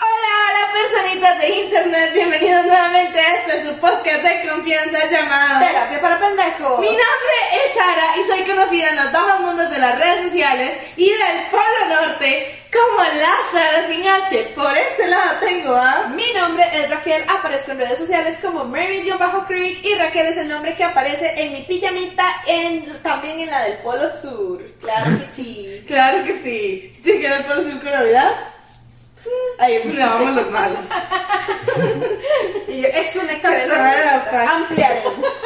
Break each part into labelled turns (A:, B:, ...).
A: Hola, hola, personitas de internet. Bienvenidos nuevamente a este su podcast de confianza llamado
B: Terapia para pendejos.
A: Mi nombre es Sara y soy conocida en los bajos mundos de las redes sociales y del Polo Norte como la Sara sin H. Por este lado tengo a.
B: Mi nombre es Raquel, aparezco en redes sociales como Mary-Creek y Raquel es el nombre que aparece en mi pijamita, en, también en la del Polo Sur. Claro que sí.
A: Claro que sí. ¿Te quedas por su Navidad? Ahí vamos los malos.
B: Y yo, es una excelente
A: Se sabe la
B: pregunta.
A: paz.
B: Ampliaremos.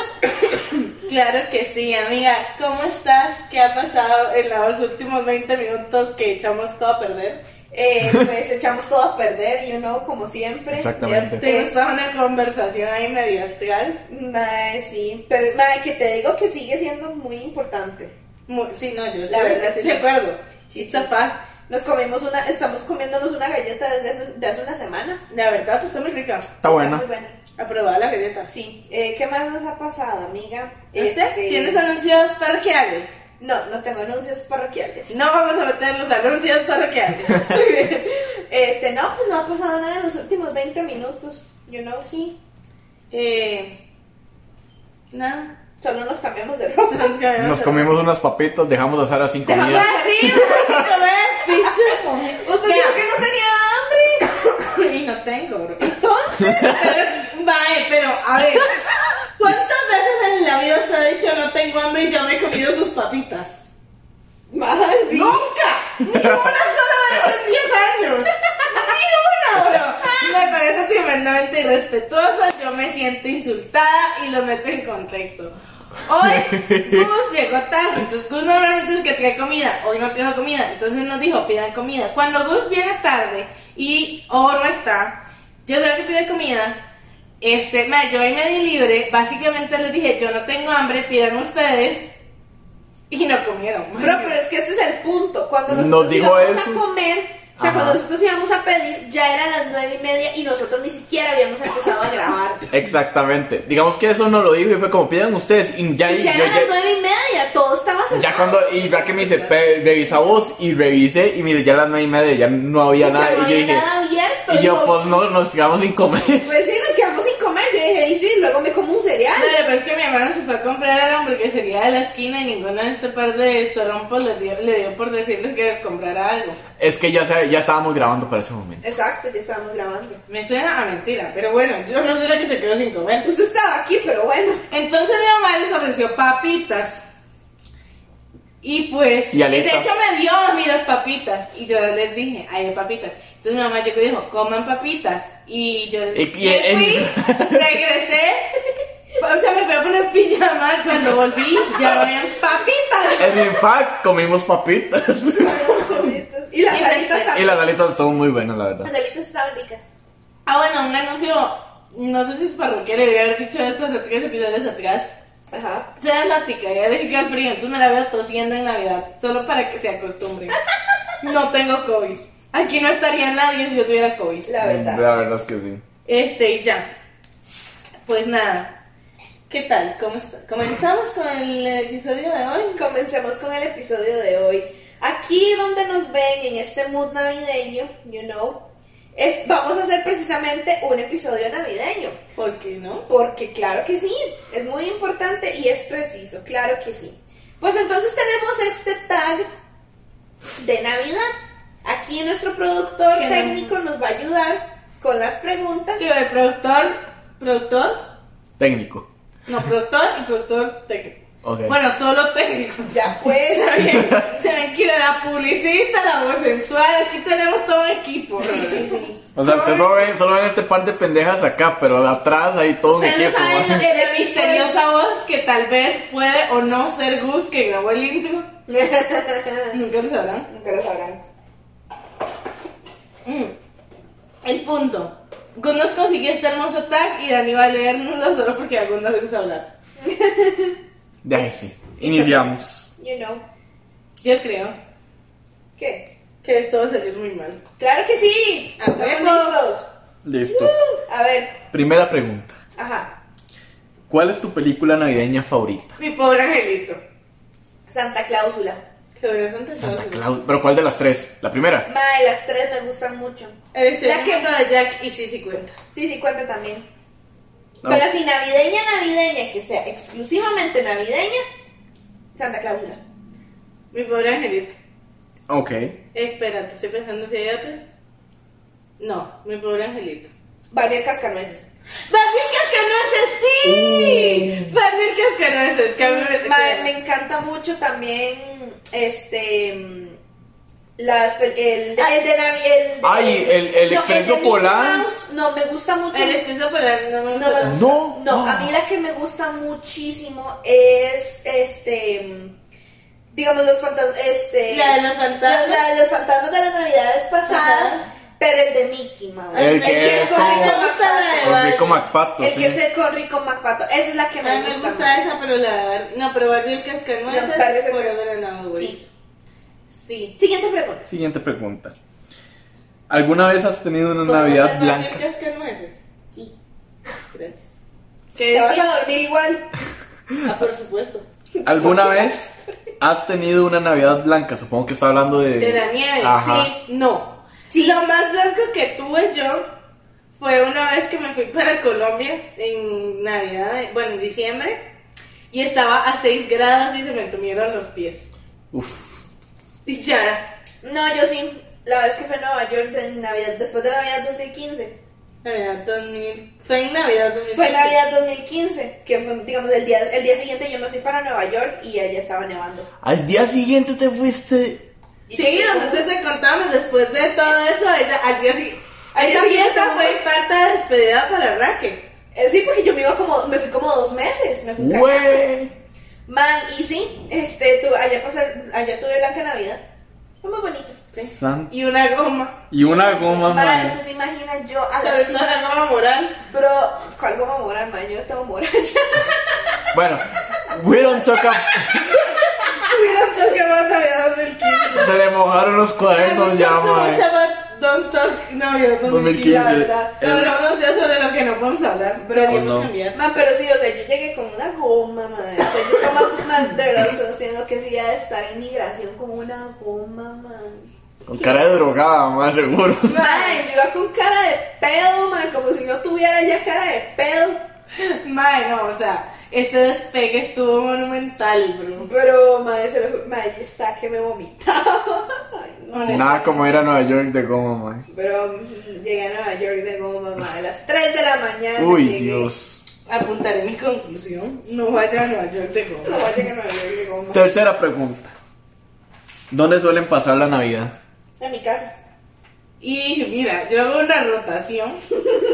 A: Claro que sí, amiga. ¿Cómo estás? ¿Qué ha pasado en los últimos 20 minutos que echamos todo a perder?
B: Eh, pues echamos todo a perder, you know, como siempre.
A: Ya
C: Exactamente.
A: te gusta una conversación ahí medio astral.
B: Mae, sí, pero mae, que te digo que sigue siendo muy importante.
A: Mu- sí, no, yo
B: La
A: sí,
B: verdad,
A: sí,
B: sí.
A: de acuerdo.
B: Sí,
A: Chichapá.
B: Nos comimos una, estamos comiéndonos una galleta desde hace, de hace una semana.
A: La verdad, pues está muy rica.
C: Está buena.
B: Muy buena.
A: Aprobada la galleta.
B: Sí, eh, ¿qué más nos ha pasado, amiga?
A: ¿Y usted?
B: Este,
A: ¿Tienes anuncios parroquiales?
B: No, no tengo anuncios parroquiales.
A: No vamos a meter los anuncios parroquiales.
B: Este, no, pues no ha pasado nada en los últimos 20 minutos. You know, sí.
A: eh. Nada.
B: Solo nos cambiamos de ropa.
C: Nos comimos unos papitos, dejamos a Sara sin
B: Déjame
C: comida.
B: así, Usted dijo que no tenía hambre.
A: Y no tengo, bro.
B: Entonces,
A: Pero, Mae, pero a ver, ¿cuántas veces en la vida usted ha dicho no tengo hambre y yo me he comido sus papitas?
B: mae,
A: ¡Nunca! ¡Ni una sola vez en 10 años! ¡Ni una, bro! Me parece tremendamente irrespetuoso, yo me siento insultada y lo meto en contexto. Hoy Gus llegó tarde, entonces Gus normalmente es el que trae comida, hoy no trajo comida, entonces nos dijo pidan comida. Cuando Gus viene tarde y o no está, yo soy la que pide comida, este, me, yo hoy me di libre, básicamente les dije yo no tengo hambre, pidan ustedes y no comieron.
B: Bro, pero es que ese es el punto. Cuando
C: Nos
B: nosotros
C: dijo
D: íbamos
C: eso.
D: a
B: íbamos a comer, o sea,
C: Ajá.
B: cuando nosotros íbamos a pedir, ya eran las nueve y media y nosotros ni siquiera habíamos empezado a grabar.
C: Exactamente. Digamos que eso no lo dijo y fue como pidan ustedes. Y ya,
B: Y ya
C: yo
B: eran las
C: ya,
B: nueve y media, todo estaba cerrado.
C: ya cuando. Y ya que me dice, "Pe- revisa vos. Y revisé. Y me dice, ya a las nueve y media ya no había
B: Ya
C: nada.
B: no
C: y yo
B: había
C: dije,
B: nada abierto.
C: y yo,
B: no-
C: pues no, nos quedamos sin comer.
B: Pues sí, nos quedamos sin comer. Yo dije, y sí, luego me como un cereal.
A: Madre, pero es que mi hermano se fue a comprar a la hamburguesería de la esquina y ninguno de este par de sorompos le dio, le dio por decirles que les comprara algo.
C: Es que ya, se- ya estábamos grabando para ese momento.
B: Exacto, ya estábamos grabando.
A: Me suena a mentira, pero bueno, yo no soy la que se quedó sin comer.
B: Usted Pues estaba aquí, pero bueno.
A: Entonces mi mamá les ofreció papitas. Y pues,
C: Y aletas.
A: de hecho me dio a mí las papitas. Y yo les dije, ay, hay papitas. Entonces mi mamá llegó y dijo, coman papitas. Y yo
C: Y- y-
A: me fui, regresé. O sea, me fui a poner pijama. Cuando volví, ya no habían papitas.
C: En fact, comimos papitas.
B: y las
A: Y
B: alitas
C: y
B: estaban-
C: las alitas estuvo muy buenas, la
B: las
C: verdad.
B: alitas estaban ricas.
A: Ah, bueno, un anuncio. No sé si es parroquial, debería haber dicho esto hace tres episodios atrás.
B: Ajá.
A: Soy asmática y alérgica al frío, entonces me la veo tosiendo en Navidad, solo para que se acostumbren. No tengo COVID. Aquí no estaría nadie si yo tuviera COVID.
B: La
C: Mm,
B: verdad.
C: La verdad es que sí.
A: Este, y ya. Pues nada. ¿Qué tal? ¿Cómo está? ¿Comenzamos con el episodio de hoy?
B: Comencemos con el episodio de hoy. Aquí donde nos ven en este mood navideño, you know, es, vamos a hacer precisamente un episodio navideño.
A: ¿Por qué no?
B: Porque claro que sí, es muy importante y es preciso, claro que sí. Pues entonces tenemos este tag de Navidad. Aquí nuestro productor
A: Qué
B: técnico nos va a ayudar con las preguntas.
A: Digo, el productor, productor,
C: Técnico.
A: no, productor y productor técnico.
C: Ok.
A: Bueno, solo técnicos.
B: Ya pues.
A: Está bien. Tranquila, la publicista, la voz sensual, aquí tenemos todo equipo.
B: Sí, sí, sí.
C: o sea, ustedes solo ven, solo ven este par de pendejas acá, pero de atrás hay todo un
A: Ustedes
C: equipo.
A: no saben
C: ¿va?
A: de la misteriosa voz que tal vez puede o no ser Gus que grabó el intro. Nunca lo sabrán.
B: Nunca lo sabrán.
A: Mm. El punto. Gus nos consiguió este hermoso tag y Dani va a leérnoslo solo porque a Gus no le gusta hablar.
C: Ya, sí. Iniciamos.
B: You know.
A: Yo creo
B: ¿Qué?
A: que esto va a salir muy mal.
B: Claro que sí. Ah,
A: A
B: Estamos
A: huevo.
B: listos.
C: Listo.
B: A ver.
C: Primera pregunta.
B: Ajá.
C: ¿Cuál es tu película navideña favorita?
A: Mi pobre angelito.
B: Santa Cláusula.
A: Que bueno, son tres
C: Santa
A: cosas.
C: Claus. ¿Pero cuál de las tres? ¿La primera?
B: Mae, las tres me gustan mucho.
A: Elección
B: La que-
A: de Jack y sí, sí cuenta.
B: Sí, sí, cuenta también.
C: No.
B: Pero si navideña, navideña, que sea exclusivamente navideña, Santa Cláusula.
A: Mi pobre angelito.
C: Ok.
A: Espérate, estoy pensando si hay otra. No, mi pobre angelito.
B: Barbie el cascanueces.
A: ¡Barbie el Cascanueces, sí! ¡Barbie el Cascanueces! Que a mí me-
B: Ma- Mm, me encanta mucho también este mm, las pel- el,
A: Ah.
B: de- el de Navi- el de-
C: Ay, el- el Expreso
B: de Mickey
C: Polar.
B: Mouse, no me gusta mucho
A: El expreso polar no me
B: no, me
A: gusta.
B: gusta.
C: No.
B: No, a mí la que me gusta muchísimo es este mm, digamos los fantasmas este
A: La de los fantasmas.
B: la, la de los fantasmas de las navidades pasadas
A: Ajá.
B: pero el de Mickey Mouse
C: El
A: me-
C: que es
B: me-
C: como...
B: me gusta la de
C: Con
A: Barbie.
C: Rico McPato,
B: el
C: sí.
B: que se con Rico McPato esa es la que
A: A
B: me
A: mí me
B: gusta,
A: gusta esa, pero la de Barbie. No, pero Barbie el
B: No, Barbie es
A: Cascanueces
B: el
A: por
B: que-
A: haber ganado,
B: mucho.
A: güey.
B: Sí.
A: Sí.
B: siguiente pregunta
C: Siguiente pregunta. ¿Alguna vez has tenido una
A: ¿Puedo
C: Navidad
A: poner Barbie el
C: blanca?
A: Cascanueces?
B: Sí.
A: Gracias.
B: te
A: ¿Qué
B: vas
A: decir?
B: a dormir igual
A: Ah, por supuesto.
C: ¿Alguna vez has tenido una Navidad blanca? Supongo que está hablando de...
A: De la nieve,
C: Ajá.
A: sí, no. Lo más blanco que tuve yo fue una vez que me fui para Colombia en Navidad, bueno, en diciembre, y estaba a 6 grados y se me entumieron los pies.
C: Uf.
A: Y ya,
B: No, yo sí. La vez que fue a Nueva York en Navidad, después de Navidad 2015.
A: Navidad 2000. Fue en Navidad 2000.
B: Fue Navidad 2015, que fue, digamos, el día, el día siguiente yo me fui para Nueva York y allá estaba nevando.
C: Al día siguiente te fuiste...
A: Sí, nosotros te contamos después de todo eso. Ella, al día siguiente.
B: Al día
A: Esa
B: siguiente,
A: fiesta
B: ¿no?
A: fue falta de despedida para Raquel.
B: Eh, sí, porque yo me iba como, me fui como dos meses, me fui un fracaso.
C: ¡Güey!
B: Man, y sí, este, tu- allá, pasé, allá tuve blanca Navidad. Fue muy bonito.
A: Sí.
C: San-
A: Y una goma.
C: Y una goma,
B: Para
C: man.
B: eso se imagina yo a
A: Sobre
B: la
A: todo la goma moral.
B: Bro, ¿cuál goma moral, man? Yo estaba borracha.
C: Bueno, we don't talk ab-
A: Tuvieron dos gomas Navidad 2015.
C: Se le mojaron los cuadernos ya, man.
A: Don't Talk Navidad
C: 2015,
A: 2015. La verdad.
C: el-
A: Hablamos ya sobre lo que no podemos hablar, pero
C: Oh,
A: vamos
C: no.
A: a cambiar.
B: Man, pero sí, o sea, yo llegué con una goma, madre. O sea, yo tomaba más de verdad, estoy haciendo que sí, ya de estar en migración con una goma, man.
C: Con cara de drogada, man, seguro.
B: Madre, yo iba con cara de pedo, man, como si no tuviera ya cara de pedo.
A: Madre, no, o sea, ese despegue estuvo monumental, bro.
B: Pero, madre, se lo madre, yo estaba que me vomitaba. Ay, no.
A: Honest-
C: Nada como ir a Nueva York de goma, man.
B: Pero mm, llegué a Nueva York de goma, madre, a las 3 de la mañana.
C: Uy,
B: llegué.
C: Dios.
A: Apuntaré mi conclusión. No vaya a Nueva York de goma.
B: No voy a llegar a Nueva York de goma.
C: Tercera pregunta. ¿Dónde suelen pasar la Navidad?
B: En mi casa.
A: Y mira, yo hago una rotación.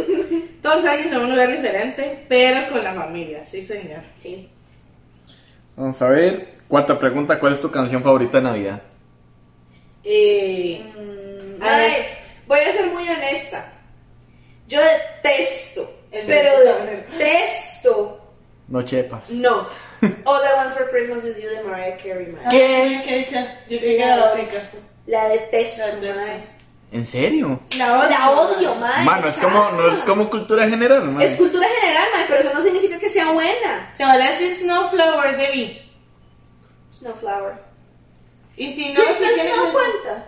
A: Todos los años en un lugar diferente, pero con la familia, sí señor.
B: Sí.
C: Vamos a ver. Cuarta pregunta, ¿cuál es tu canción favorita de Navidad?
A: Eh,
B: Mm,
A: A ver.
B: ay, voy a ser muy honesta. Yo detesto,
A: El
B: pero
A: Bendito Tablero.
B: detesto.
C: Noche de paz.
B: No. All I want for Christmas is you de Mariah Carey, man.
C: ¿Qué?
A: ¿Qué hecha? Yo creo que era la única.
B: La detesto,
A: La detesto.
B: man.
C: ¿En serio?
A: La odio.
B: La odio, man.
C: Mano, es como, no es como cultura general, man.
B: Es cultura general, man, pero eso no significa que sea buena.
A: Se vale decir Snowflower de mí.
B: Snowflower.
A: Y si no, si
B: Crystal
A: quieres-
B: Snow cuenta.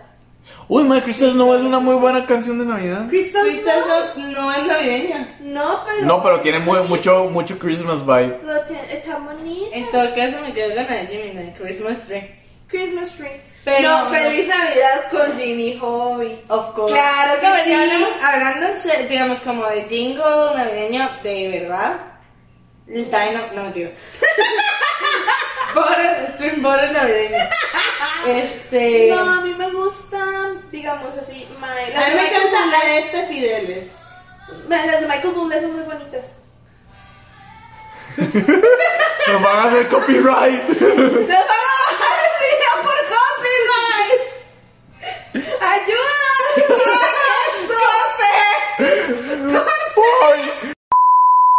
C: Uy, man, Crystal Snow es una muy buena canción de Navidad.
B: Crystal
A: Crystal
B: Snow.
A: Snow no es navideña.
B: No, pero.
C: No, pero tiene muy, mucho, mucho Christmas vibe.
B: pero tiene- está bonita.
A: En todo caso, me quedo con la de Jimmy la de Christmas Tree.
B: Christmas tree.
A: Pero- Oh.
B: no, feliz Navidad con Ginny Hobby.
A: Of course.
B: Claro que
A: No, pero
B: sí.
A: ya hablamos- hablando, en se- digamos, como de jingo navideño de verdad. El Dino, no mentira. Butter, stream butter navideño. Este.
B: No, a mí me gustan, digamos así, my, las,
A: a
B: de
A: mí me
B: Michael
A: encanta
B: Bublé,
A: la de este Fideles.
B: ma- las de Michael Bublé son muy bonitas.
C: Nos van a hacer copyright.
B: ¡Nos van a bajar el video por copyright! ¡Ayuda!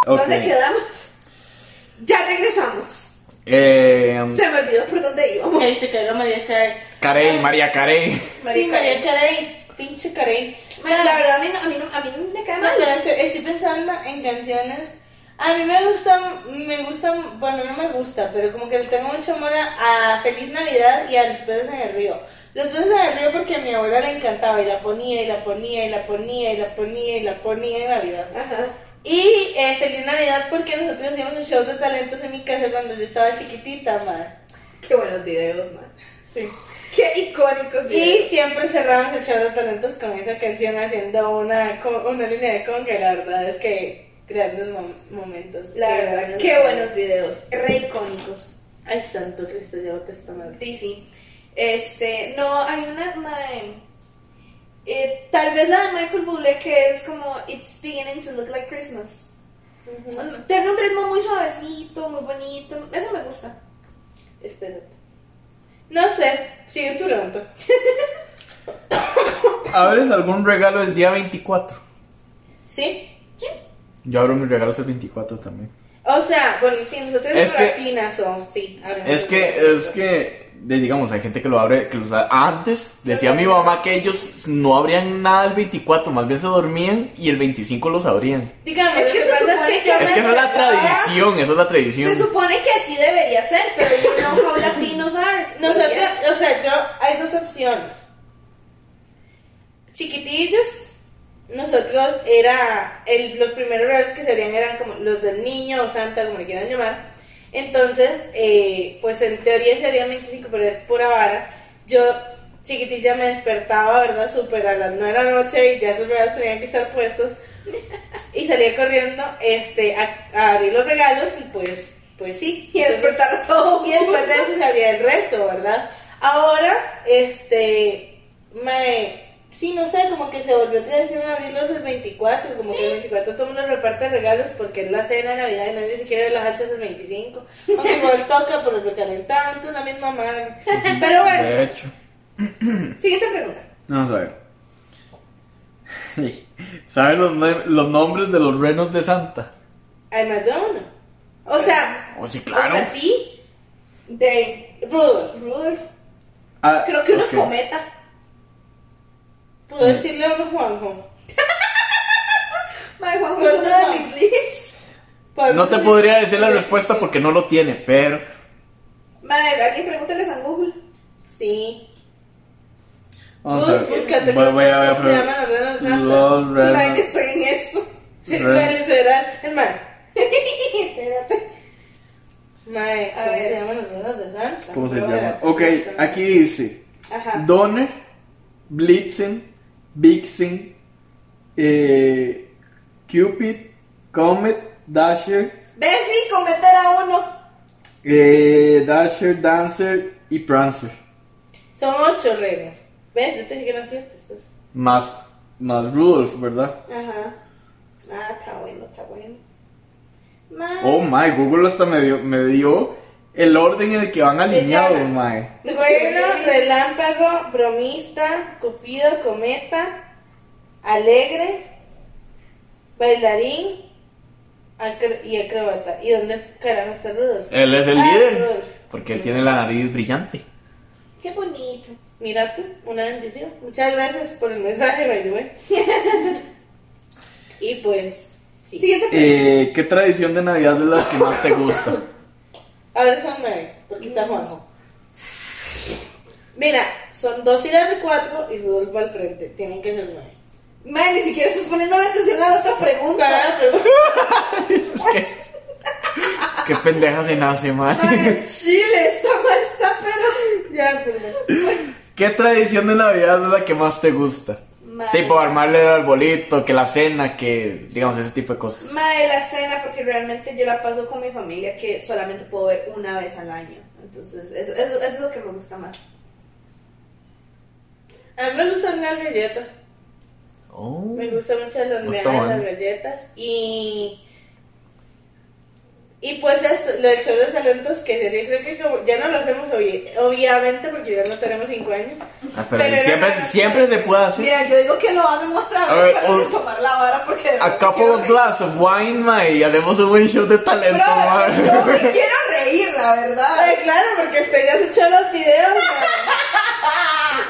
B: ¿Dónde
C: Ok.
B: quedamos? Ya regresamos.
C: Eh,
B: Se me olvidó por dónde íbamos.
A: Que te cayó María Carey.
C: Carey, María Carey.
B: María
A: Sí, María
B: Carey.
A: Carey. Pinche Carey.
B: Ma, eh, La verdad, a mí no, a mí no, a mí no me cae
A: No,
B: mal.
A: pero estoy, estoy pensando en canciones. A mí me gustan, me gustan, bueno, no me gusta, pero como que le tengo mucho amor a, a Feliz Navidad y a Los Peces en el Río. Los Peces en el Río porque a mi abuela le encantaba y la ponía y la ponía y la ponía y la ponía y la ponía en Navidad.
B: Ajá.
A: Y eh, Feliz Navidad porque nosotros hacíamos un show de talentos en mi casa cuando yo estaba chiquitita, ma.
B: Qué buenos videos, man. Qué icónicos
A: Y
B: videos.
A: siempre cerramos el show de talentos con esa canción haciendo una, co- una línea de con que la verdad es que grandes mom- momentos.
B: la
A: Qué
B: verdad,
A: grandes
B: Eh, qué
A: momentos.
B: buenos videos. Re icónicos.
A: Ay, santo Cristo, llevo que está mal.
B: Sí, sí. Este, no, hay una, mae, eh, tal vez la de Michael Bublé que es como It's beginning to look like Christmas. Mm, Tiene un ritmo muy suavecito, muy bonito. Eso me gusta.
A: Espérate. No sé, sigue tu pregunta.
C: ¿Abres algún regalo el día 24?
A: ¿Sí?
C: Yo abro mis regalos el 24 también.
A: O sea, bueno, sí, nosotros
C: Es que-
A: latinas o sí. ahora
C: Es
A: nosotros
C: que,
A: latinas.
C: es que, de- digamos, hay gente que lo abre, que lo usa. Antes decía mi mamá que ellos no abrían nada el 24, más bien se dormían y el 25 los abrían.
A: Dígame,
B: Es
A: lo
B: que
A: que
B: se
A: pasa
B: supone
A: es que
B: que-
A: yo
C: Es que esa es la tradición, esa es la
B: Se
C: tradición.
B: supone que así debería ser, pero yo no soy latino, ¿sabes?
A: Nosotros, o sea, yo, hay dos opciones. Chiquitillos, nosotros era, el- los primeros regalos que salían eran como los del niño o santa, como le quieran llamar. Entonces, eh, pues en teoría serían 25, pero es pura vara. Yo, chiquitilla, me despertaba, ¿verdad? Súper a las 9 de la noche y ya esos regalos tenían que estar puestos. Y salía corriendo este, a, a abrir los regalos y pues, pues sí.
B: Y despertar a todo
A: Y después de eso se abría el resto, ¿verdad? Ahora, este, me, sí, no sé, como que se volvió tradición abrirlos el 24, como que el 24 todo el mundo reparte regalos porque es la cena de Navidad y nadie se quiere ver las hachas el 25. Aunque igual toca por el recalentante, la misma madre. Pero bueno,
C: De hecho.
A: siguiente pregunta.
C: Vamos a ver. ¿Saben los, ne- los nombres de los renos de Santa?
A: Hay más de uno. O sea,
C: Oh, sí,
A: o sea, sí,
B: De
A: Rudolph.
B: Rudolf.
C: Ah,
B: Creo que uno es
C: ok.
B: cometa.
A: Puedo decirle a uno Juanjo.
B: Mae, Juanjo es uno de mis leads.
C: No te podría decir la respuesta porque no lo tiene, pero.
B: Mae, alguien pregúntales a Google.
A: Sí.
C: Vamos
A: Bus-
C: a ver.
A: búscate,
C: Voy, voy a
A: ¿cómo se llaman los renos de Santa?
C: Los
B: Mae,
C: renos.
B: estoy en eso.
A: Sí,
C: Re-
A: mae, literal, el mae. Espérate. Mae,
B: A
A: ¿cómo
B: ver.
A: se llaman los renos de Santa?
C: ¿Cómo se
A: Pero
C: llama?
A: espérate,
C: Ok,
A: espérate.
C: aquí dice:
A: Ajá.
C: Donner, Blitzen, Vixen, eh, Cupid, Comet, Dasher,
B: Ve sí, cometer a uno.
C: eh, Dasher, Dancer y Prancer.
A: Son ocho renos. ¿Ves? Yo te dije que no siete. estos.
C: Más, más Rudolph, ¿verdad?
B: Ajá. Ah, está bueno, está bueno. Mae.
C: Oh my, Google hasta me dio, me dio el orden en el que van alineados,
A: llama.
C: my.
A: Trueno, relámpago, bromista, cupido, cometa, alegre, bailarín acro- y acróbata. ¿Y dónde carajo está Rudolf?
C: Él es el
A: Ah,
C: líder.
A: Rudolf.
C: Porque él tiene la nariz brillante.
B: Qué bonito.
A: Mira tú, una bendición. Muchas gracias por el mensaje, by the way. y pues, sí.
B: Siguiente
C: Eh, ¿Qué tradición de Navidad es la que más te gusta?
A: Ahora son nueve, porque está
B: Mm.
A: Juanjo. Mira, son dos filas de cuatro y Rudolf va al frente. Tienen que ser nueve.
B: Mae, ni siquiera estás poniendo atención a la otra pregunta.
A: Cada pregunta-
C: ¿Qué pendeja se nace, man?
B: Mae, Chile, esta mae está pero.
A: Ya, perdón.
C: ¿Qué tradición de Navidad es la que más te gusta?
B: Mae.
C: Tipo armarle el arbolito, que la cena, que digamos ese tipo de cosas.
B: Mae, la cena, porque realmente yo la paso con mi familia que solamente puedo ver una vez al año. Entonces, eso, eso- eso es lo que me gusta más.
A: A mí me gustan las galletas.
C: Oh.
A: Me gustan mucho las
C: No
A: nenas,
C: está mal.
A: las galletas. Y. Y pues es- lo del show de talentos que yo creo que como- ya no lo hacemos obvi- obviamente porque ya no tenemos 5 años.
C: Ah, pero
A: Pero
C: siempre,
A: era-
C: siempre se puede hacer.
B: Mira, yo digo que lo hagan otra
C: A
B: vez
C: ver,
B: para
C: un-
B: tomar la vara porque.
C: A couple of glass of wine, mae, y hacemos un buen show de talento,
B: Bro, yo
C: mae.
B: me quiero reír, la verdad.
A: Ay, claro, porque usted ya se echó los videos.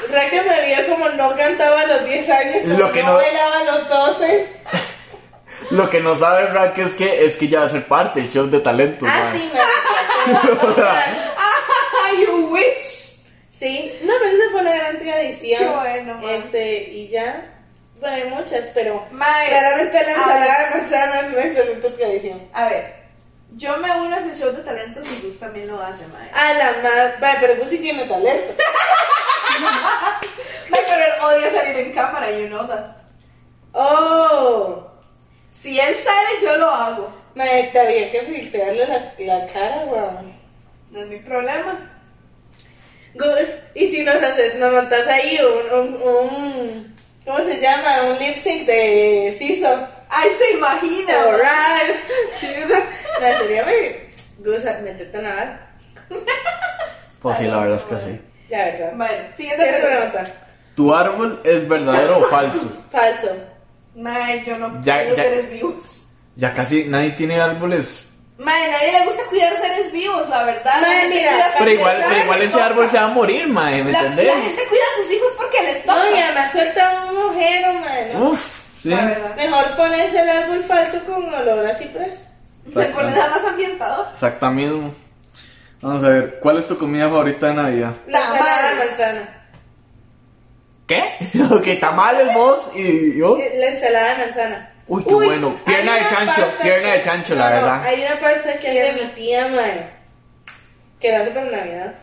A: ¿no? Raquel me vio como no cantaba a los 10 años, como
C: Lo que
A: no,
C: no-
A: bailaba a los 12.
C: Lo que no sabe Rack es que, es que ya va a ser parte del show de talento,
A: Ah,
C: mae.
A: sí, me
B: you wish.
A: Sí, no, pero esa fue una gran tradición.
B: Qué bueno, ma.
A: Este, y ya. Bueno, hay muchas, pero.
B: Mae,
A: Claramente la
B: a
A: ensalada de manzana es una excelente tradición.
B: A ver, yo me uno a ese show de talentos y Gus también lo hace, Mae.
A: A la más. Va, pero Gusi tiene talento.
B: Mae, pero él odia salir en cámara, you know that.
A: Oh.
B: Si él sale, yo lo hago.
A: Mae, te había que filtrarle la, la cara, weón.
B: No es mi problema.
A: Gus, y si nos haces, nos montas ahí un, un, un- ¿Cómo se llama? Un lip sync de Siso.
B: Ay, se imagina. bro.
A: Alright. Chirra. La sería me. Gus, meterte a nadar.
C: Pues sí, la verdad es que sí.
A: La verdad.
B: Bueno, siguiente
A: Siguiente
B: pregunta.
A: pregunta.
C: ¿Tu árbol es verdadero o falso?
A: Falso.
B: Mae, yo no
C: Ya-
B: cuido
C: ya-
B: seres vivos.
C: Ya casi nadie tiene árboles.
B: Mae, nadie le gusta cuidar seres vivos, la verdad. La
A: Mae,
B: gente
A: mira,
B: cuida a sus
C: Pero igual,
B: hijos.
C: pero igual ese árbol se va a morir, mae, ¿me
B: La, la
C: entendés?
B: gente cuida a sus hijos porque les toca.
A: No, y además suelta un ojero, mano.
C: Uf, sí.
B: La verdad.
A: Mejor pones el árbol falso con olor pues. a ciprés.
B: Se pone nada más ambientado.
C: Exactamente. Vamos a ver, ¿cuál es tu comida favorita de Navidad?
A: La ensalada de
B: Tamales.
A: manzana.
C: ¿Qué? ok, tamales vos y yo.
A: La ensalada de manzana.
C: Uy, qué bueno. Pierna
A: hay
C: de
A: una
C: chancho,
A: pasta
C: pierna de
A: que-
C: chancho,
A: No,
C: la
A: no,
C: verdad.
A: hay una pasta que es de mi tía, mae. Que la hace para Navidad.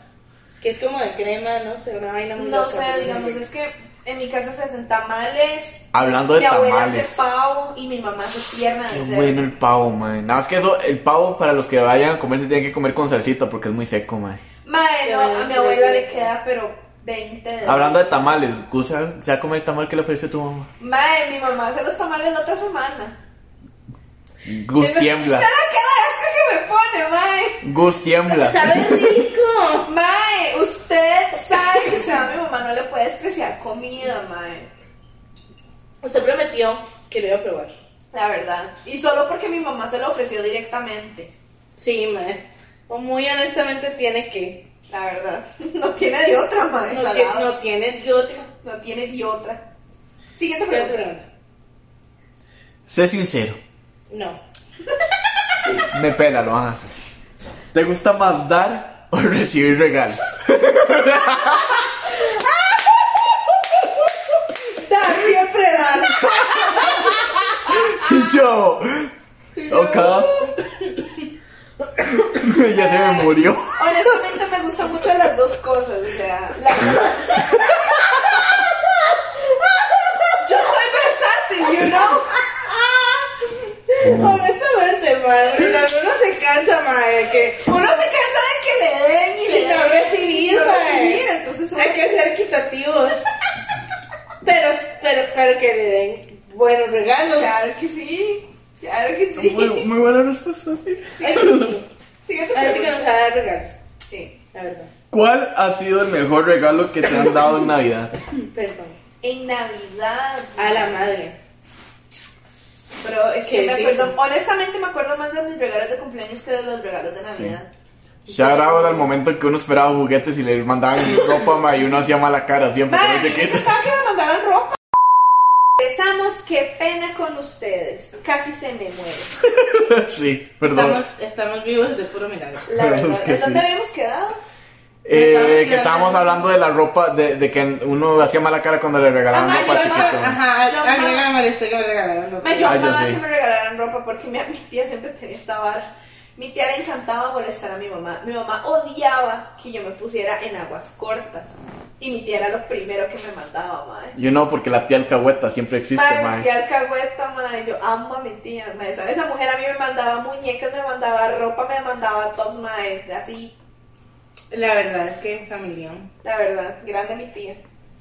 A: Que es como de crema, no sé, una vaina muy
B: No
A: loca,
B: sé,
A: pero
B: digamos,
A: muy
B: es que en mi casa se hacen tamales.
C: Hablando de
B: mi abuela
C: tamales.
B: hace pavo y mi mamá hace pierna de
C: Qué
B: cerdo.
C: bueno el pavo, mae. Nada más que eso, el pavo para los que vayan a comer se tienen que comer con salsita porque es muy seco, mae.
B: Mae,
A: Qué
B: no,
A: bueno,
B: a mi
A: qué
B: abuela le
A: rico.
B: queda pero 20 de
C: Hablando de tamales, ¿Gus se se va a comer el tamal que le ofreció tu mamá?
B: Mae, mi mamá hace los tamales la otra semana.
C: Gus tiembla.
A: Ah,
B: ¡Mira la cara de asco que me pone, mae!
C: Gus tiembla.
A: ¿Sabes rico?
B: Mae, usted sabe que usted a mi mamá no le puede despreciar comida, mae.
A: Usted prometió que lo iba a probar.
B: La verdad. Y solo porque mi mamá se lo ofreció directamente.
A: Sí, mae. O muy honestamente tiene que.
B: La verdad. No tiene de otra, mae.
A: No,
B: salado.
A: tie- no tiene de otra.
B: No tiene de otra. Siguiente
A: Siguiente
B: pregunta.
A: pregunta.
C: Sé sincero.
A: No.
C: Me pela, lo van a hacer. ¿Te gusta más dar o recibir regalos?
A: Dar, siempre dar.
C: Y yo. Ok. ya se me murió.
B: Honestamente me gustan mucho las dos cosas, o sea, la Yo soy versátil, you know.
A: Honestamente, madre. Uno se cansa, madre. Que
B: Uno se cansa de que le den y le
A: Y no
B: den,
A: recibir,
B: y no
A: mae.
B: recibir, entonces uno-
A: hay que ser equitativos. Pero, pero, pero que le den buenos regalos.
B: claro que sí. Claro que sí.
C: Muy, muy buena respuesta, sí.
A: Hay gente
B: Siguiente
A: que
B: pregunta.
A: nos ha dado regalos,
B: Sí.
A: la verdad.
C: ¿Cuál ha sido el mejor regalo que te han dado en Navidad?
A: Perdón.
B: En Navidad.
A: A la madre.
B: Pero es que
A: Qué
B: me acuerdo,
A: difícil.
B: honestamente me acuerdo más de mis regalos de cumpleaños que de los regalos de Navidad.
C: Shout out al momento que uno esperaba juguetes y le mandaban ropa ma, y uno hacía mala cara siempre.
B: Mae,
C: pero no sé
B: yo
C: qué.
B: pensaba que me mandaran ropa. Empezamos, qué pena con ustedes. Casi se me muere.
C: Sí, perdón.
A: Estamos, estamos vivos de puro milagro.
B: La
C: Es
B: verdad,
C: que
B: ¿en dónde
C: sí.
B: habíamos quedado?
C: Eh,
A: estamos
C: que estábamos
A: quedando-
C: hablando de la ropa, de, de que uno hacía mala cara cuando le regalaban
B: Ajá,
C: ropa
B: Ah, yo-
C: Ah, chiquito. ma.
A: Ajá,
B: Yo
A: a mí
B: no.
A: me molestó que me regalaron. ropa.
B: Me yo
C: Ah, yo
B: amaba
C: sí.
B: que me regalaran ropa porque mi, mi tía siempre tenía esta vara. Mi tía le encantaba molestar a mi mamá. Mi mamá odiaba que yo me pusiera en aguas cortas. Y mi tía era lo primero que me mandaba, madre.
C: Yo no, porque la tía alcahueta siempre existe,
B: Madre,
C: ma.
B: mi tía alcahueta, madre. Yo amo a mi tía, madre. ¿Sabes? Esa mujer a mí me mandaba muñecas, me mandaba ropa, me mandaba tops, madre. Así.
A: La verdad es que familión.
B: La verdad, grande mi tía.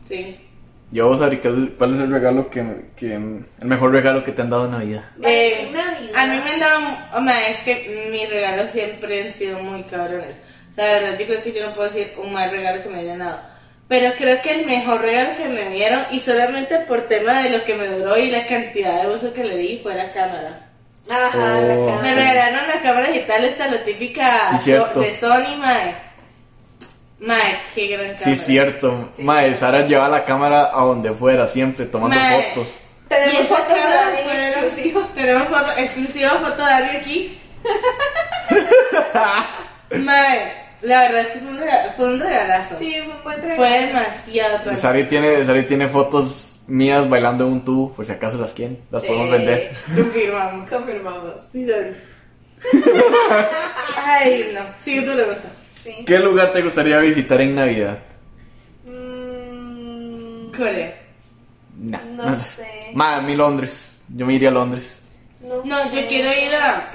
A: Sí.
C: Yo vos saber cuál cuál es el regalo que, que- El mejor regalo que te han dado en Navidad.
B: Vale,
A: Eh,
B: qué Navidad.
A: a mí me han dado. O sea, es que mis regalos siempre han sido muy cabrones. O sea, la verdad, yo creo que yo no puedo decir un mal regalo que me hayan dado. Pero creo que el mejor regalo que me dieron, y solamente por tema de lo que me duró y la cantidad de uso que le di, fue la cámara.
B: Ajá,
C: Oh.
B: la
A: Me
B: cara.
A: regalaron la cámara digital, esta la típica
C: Sí, cierto.
A: de Sony, mae. Mae, qué gran cámara.
C: Sí, cierto. Mae, Sara lleva la cámara a donde fuera, siempre tomando
A: Mae.
C: fotos.
A: Y
B: Tenemos
A: esa
B: fotos de
A: cámara
B: la niña
A: fue-
B: exclusiva.
A: Tenemos foto exclusiva, foto de Dani aquí. Mae, la verdad es que fue un, rega- fue un regalazo.
B: Sí, fue un buen regalo.
A: Fue demasiado
C: Y
A: tan-
C: Sari tiene, Sari tiene fotos mías bailando en un tubo, por si acaso las quieren. Las podemos
B: Eh.
C: vender.
A: Confirmamos.
B: Confirmamos.
A: Sí, Dani. Ay, no. Sigue tu pregunta.
B: Sí.
C: ¿Qué lugar te gustaría visitar en Navidad?
B: Mm,
A: Corea.
C: Nah.
B: No sé.
C: Mae, a mí Londres. Yo me iría a Londres.
B: no,
A: No,
B: sé.
A: yo quiero ir a.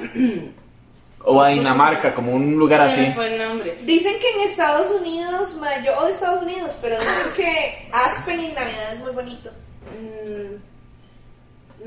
C: O a Dinamarca, como un lugar
A: Se me
B: pues.
C: así.
A: fue el nombre.
B: Dicen que en Estados Unidos, ma, yo odio Estados Unidos, pero dicen que Aspen en Navidad es muy bonito.
A: Mm,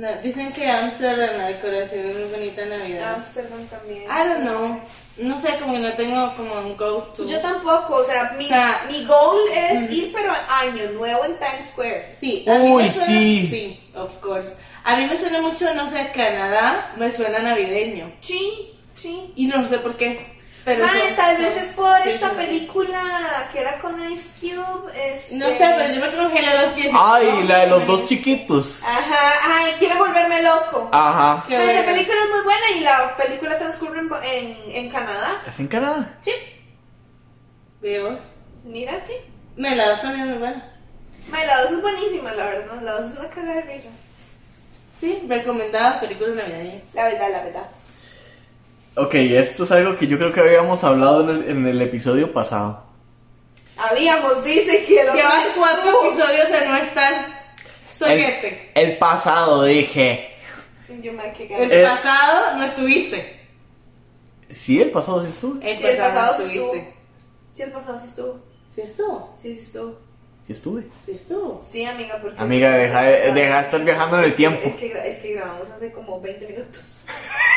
A: no, dicen que Amsterdam la decoración es muy bonita en Navidad.
B: Amsterdam también.
A: I don't know. No sé, como que no tengo como un go to.
B: Yo tampoco, o sea, mi,
A: O sea, mm.
B: mi goal es ir pero año nuevo en Times Square.
A: Sí, a mí me
C: Uy,
A: suena-
C: sí.
A: Sí, of course. A mí me suena mucho, no sé, Canadá, me suena navideño.
B: Sí, sí.
A: Y no sé por qué. Pero
B: Madre,
A: son-
B: tal
A: son-
B: vez es por
A: sí,
B: esta
A: sí.
B: película que era con Ice Cube. este-
A: No sé, pero yo me congelé los pies.
C: Ay, la de los dos chiquitos.
B: Ajá, ay, quiero volverme loco.
C: Ajá.
A: Qué
B: Pero la
A: bueno.
B: película es muy buena y la película transcurre en, en, en Canadá.
C: ¿Es en Canadá?
B: Sí,
A: Veo.
B: mira, sí.
A: Me la das también muy buena.
B: Mae, la 2 es buenísima, la verdad. La 2 es una caga de risa.
A: Sí, recomendada película navideña.
B: La verdad, la verdad.
C: Ok, esto es algo que yo creo que habíamos hablado en el, en el episodio pasado.
B: Habíamos, dice que lo
A: Llevas cuatro episodios de no estar.
C: El,
A: Soquete.
C: el pasado dije.
B: Yo me qué
A: El,
B: caga.
C: Eh.
A: pasado no estuviste.
C: Sí, el pasado sí estuvo.
A: El
B: Sí, el pasado
A: no
B: sí
A: estuviste.
B: estuvo. Sí, el pasado sí estuvo.
A: Sí estuvo.
B: Sí, sí estuvo.
C: Sí estuve.
A: Sí estuvo.
B: Sí, amiga, porque.
C: Amiga, deja de- deja de estar viajando en el tiempo.
B: Es que, gra- es que grabamos hace como 20 minutos.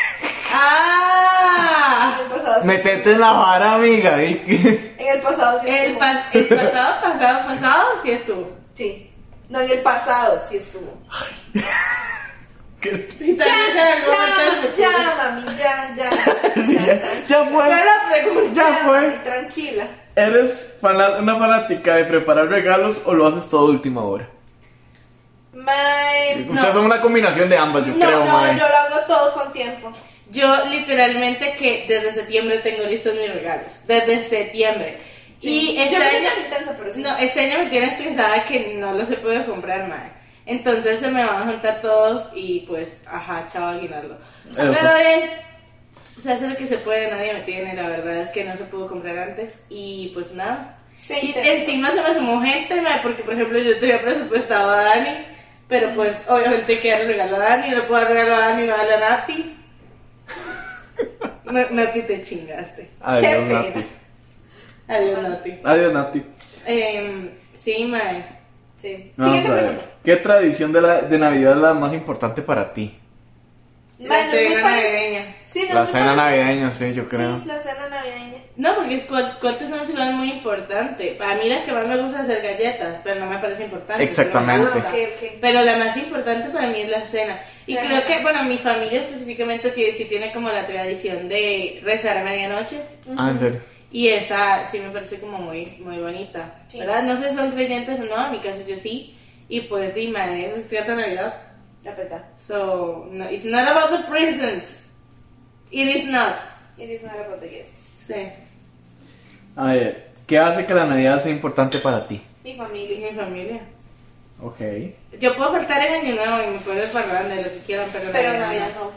A: ¡Ah!
B: En el pasado sí.
C: Metete en la vara, amiga. y-
B: En el pasado sí
A: El,
B: estuvo.
A: pas- el pasado, pasado, pasado, sí estuvo.
B: Sí. No, en el pasado sí estuvo.
A: Y tal vez en algún momento-
B: Ya, ya, mami, ya, ya.
C: ya, ya fue.
A: Fue la pregunta.
C: Ya fue.
B: mami, tranquila.
C: ¿Eres fana- una fanática de preparar regalos o lo haces todo a última hora?
B: Mae.
C: Ustedes son una combinación de ambas, yo
B: No,
C: creo,
B: no,
C: mae.
B: yo lo hago todo con tiempo.
A: Yo literalmente que desde septiembre tengo listos mis regalos. Desde septiembre.
B: Sí.
A: Y
B: yo
A: este
B: no soy
A: año...
B: tan intensa, pero sí.
A: No, este año me tiene estresada que no los he podido comprar, madre. Entonces se me van a juntar todos y pues, ajá, chao aguinaldo.
C: Eso.
A: Pero eh, se hace lo que se puede, nadie me tiene, la verdad es que no se pudo comprar antes y pues nada.
B: Se
A: y
B: intenta.
A: encima se me sumó gente, madre, porque por ejemplo yo tenía presupuestado a Dani, pero pues obviamente que darle regalo a Dani, no puedo dar regalo a Dani, no darle a Nati. Na- Nati te chingaste.
B: Qué
C: Adiós,
B: pena.
C: Nati.
A: Adiós, Nati.
C: Adiós, Nati.
A: Em, sí, madre.
B: Sí.
C: Vamos
B: Siguiente
C: a ver.
B: pregunta.
C: ¿Qué tradición de, la, de Navidad es la más importante para ti?
B: Mae,
A: La
B: no es muy
A: cena
B: parec-
A: navideña.
B: Sí, no
C: La
B: es muy
C: cena
B: parec-
C: navideña, sí, yo creo.
B: Sí, la cena navideña.
A: No, porque es cor- cortes una ciudad muy importante. Para mí la que más me gusta es hacer galletas, pero no me parece importante.
C: Exactamente.
A: pero me gusta.
B: Ah, ok, ok.
A: Pero la más importante para mí es la cena. Y
B: Ajá.
A: creo que, bueno, mi familia específicamente tiene, sí tiene como la tradición de rezar a medianoche.
C: Ah, en serio.
A: Y esa sí me parece como muy, muy bonita.
B: Sí.
A: ¿Verdad? No sé si son creyentes o no, en mi caso yo sí. Y pues, dime, eso se trata Navidad.
B: La verdad.
A: So, no, it's not about the presents. It is not.
B: It is not about the gifts.
A: Sí.
C: A ver, ¿qué hace que la Navidad sea importante para ti?
B: Mi
A: Y
B: familia.
A: mi familia.
C: Ok.
A: Yo puedo faltar en Año Nuevo y me puedo desbarrar de lo que quieran, pero,
B: Pero
A: Navidad
B: Navidad
A: no.
B: no.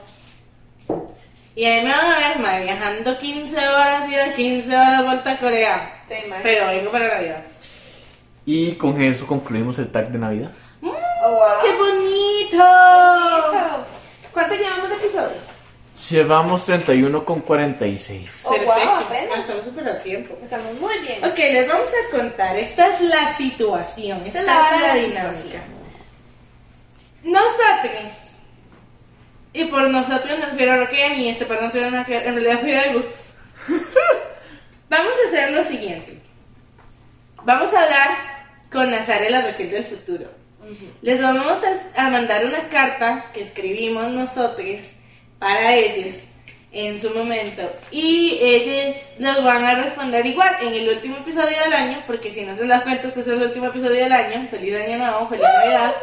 A: Y ahí me van a ver, ma, viajando 15 horas y de 15 horas vuelta a Corea.
B: Te imagino.
A: Pero vengo para Navidad.
C: Y con eso concluimos el tag de Navidad.
A: ¡Mmm,
B: Oh, wow.
A: ¡Qué bonito!
B: ¿Cuánto llevamos de episodio?
C: Llevamos 31 con 46.
B: Oh,
A: Perfecto.
B: wow, apenas.
A: Estamos súper a tiempo.
B: Estamos muy bien.
A: Ok, les vamos a contar. Esta es la situación. Esta,
B: es la vara de la
A: dinámica.
B: situación.
A: Nosotros. Y por nosotros nos refiero a Raquel y este, perdón, tuvieron una en realidad fui de Gus. Vamos a hacer lo siguiente. Vamos a hablar con Nazar el Raquel del futuro. Les vamos a, a mandar una carta que escribimos nosotros para ellos en su momento. Y ellos nos van a responder igual en el último episodio del año, porque si no se dan cuenta, este es el último episodio del año. Feliz año nuevo, feliz Navidad.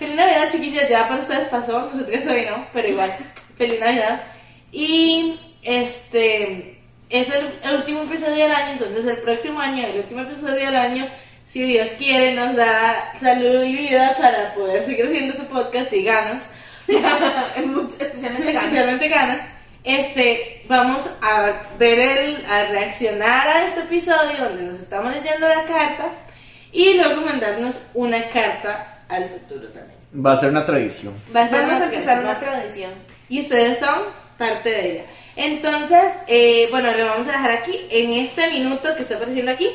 A: Feliz Navidad, chiquillas, ya para ustedes pasó, nosotros hoy no, pero igual, feliz Navidad. Y este es el, el último episodio del año, entonces el próximo año, el último episodio del año, si Dios quiere, nos da salud y vida para poder seguir haciendo este podcast y ganas. Mucho- especialmente ganas. Especialmente ganas. Este, vamos a ver el, a reaccionar a este episodio donde nos estamos leyendo la carta y luego mandarnos una carta al futuro también.
C: Va a ser una tradición.
A: Va a ser
B: Vamos a
A: una
B: empezar
A: tradición.
B: una tradición.
A: Y ustedes son parte de ella. Entonces, eh, bueno, lo vamos a dejar aquí. En este minuto que está apareciendo aquí,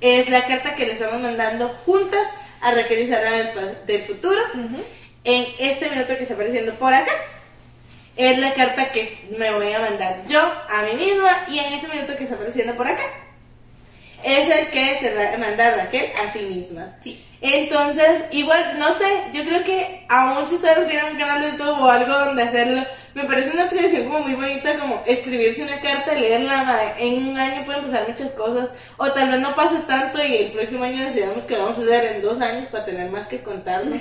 A: es la carta que le estamos mandando juntas a Raquel y Sara del, pa- del futuro. En este minuto que está apareciendo por acá, es la carta que me voy a mandar yo a mí misma. Y en este minuto que está apareciendo por acá, es el que se ra- manda Raquel a sí misma.
B: Sí.
A: Entonces, igual, no sé, yo creo que aún si ustedes tienen un canal de YouTube o algo donde hacerlo, me parece una tradición como muy bonita, como escribirse una carta, leerla, ma- en un año pueden pasar muchas cosas, o tal vez no pase tanto y el próximo año decidamos que lo vamos a hacer en dos años para tener más que contarnos.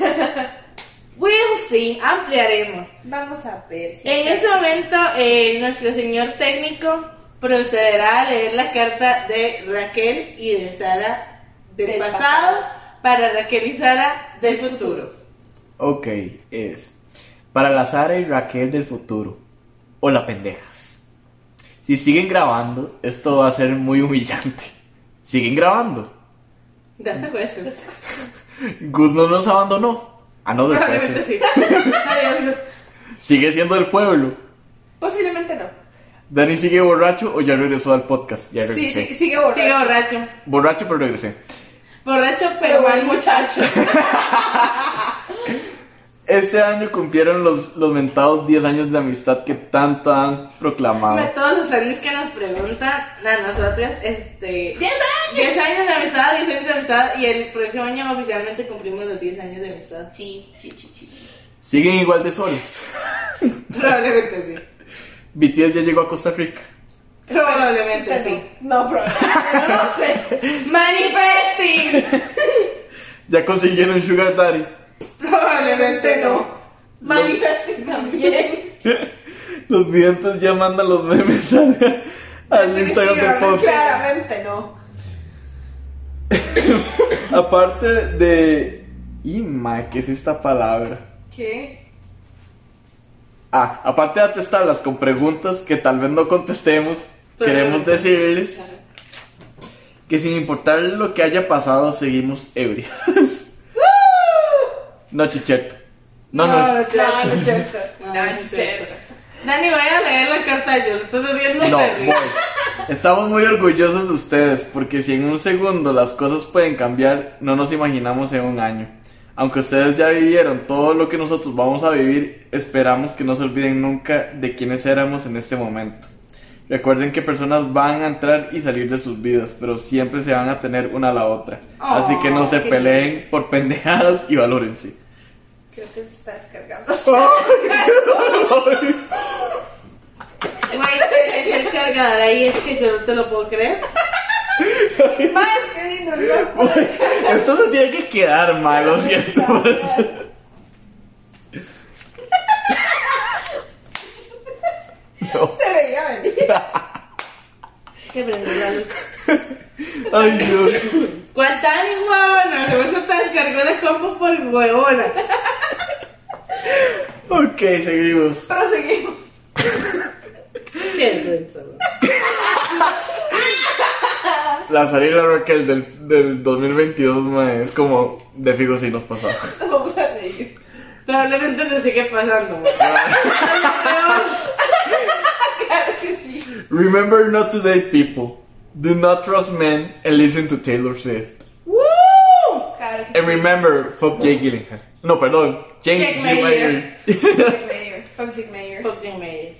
A: we'll see, ampliaremos.
B: Vamos a ver si.
A: En ese momento, eh, nuestro señor técnico procederá a leer la carta de Raquel y de Sara del,
B: Del
A: pasado,
B: pasado.
A: para Raquel y Sara del futuro.
C: Ok, es para la Sara y Raquel del futuro. O la pendejas. Si siguen grabando, esto va a ser muy humillante. Siguen grabando.
A: That's a question.
C: Gus no nos abandonó. Ah, Another
A: Probablemente
C: question.
A: sí. Adiós, Gus.
C: Sigue siendo del pueblo.
B: Posiblemente no.
C: Dani sigue borracho o ya regresó al podcast. Ya
B: Sí,
C: regresé.
B: sí, sigue borracho.
A: Sigue borracho.
C: Borracho, pero regresé.
A: Borracho, pero
B: Pero
A: mal
B: buen
A: muchacho.
C: Este año cumplieron los, los mentados 10 años de amistad que tanto han
A: De
C: proclamado.
A: todos los años que nos preguntan a nosotros, este. ¡10 años! 10 años de amistad, 10 años de amistad. Y el próximo año oficialmente cumplimos los 10 años de amistad.
B: Sí, sí, sí, sí.
C: Siguen igual de solos.
A: Probablemente sí.
C: BTS ya llegó a Costa Rica.
A: Probablemente sí.
B: No, probablemente. No lo sé.
A: Manifesting.
C: Ya consiguieron Sugar Daddy.
A: Probablemente no.
B: Manifesting también.
C: Los videntes ya mandan los memes al, al Instagram del podcast.
B: Claramente no.
C: Aparte de. Ima, ¿qué es esta palabra?
B: ¿Qué?
C: Ah, aparte de atestarlas con preguntas que tal vez no contestemos,
A: Pero-
C: queremos decirles que sin importar lo que haya pasado, seguimos ebrias. no, chicheto. No, no.
B: No, no es cierto.
A: No, no es cierto. Dani, voy a leer la carta yo. Estás haciendo
C: No,
A: terrible.
C: voy. Estamos muy orgullosos de ustedes porque si en un segundo las cosas pueden cambiar, no nos imaginamos en un año. Aunque ustedes ya vivieron todo lo que nosotros vamos a vivir, esperamos que no se olviden nunca de quiénes éramos en este momento. Recuerden que personas van a entrar y salir de sus vidas, pero siempre se van a tener una a la otra. Así que no
A: Oh,
C: se
A: qué
C: peleen por pendejadas y valórense.
B: Creo que se está descargando.
A: Güey, el, el cargador ahí es que yo no te lo puedo creer.
B: Más que lindo, ¿no?
C: Esto se tiene que quedar mal, lo siento. No.
B: Se veía venir.
A: Que prendí la luz.
C: Ay, Dios.
A: ¿Cuál Dani, huevona? Se me está descargó la compu por huevona.
C: Ok, seguimos.
B: Proseguimos.
A: Qué vergüenza, güey.
C: La salida Raquel del, del 2022, mae, es como de figo si nos pasaba.
B: Vamos a reír.
A: Probablemente no sigue pasando. güey.
C: Remember not to date people. Do not trust men and listen to Taylor Swift.
A: ¡Woo! Claro que
C: And remember, fuck Jake Gyllenhaal. No, perdón. Jake
A: Jake Mayer.
C: Gyllenhaal.
B: Dick Mayer. Fuck Dick Mayer.
A: Fucking Mayer.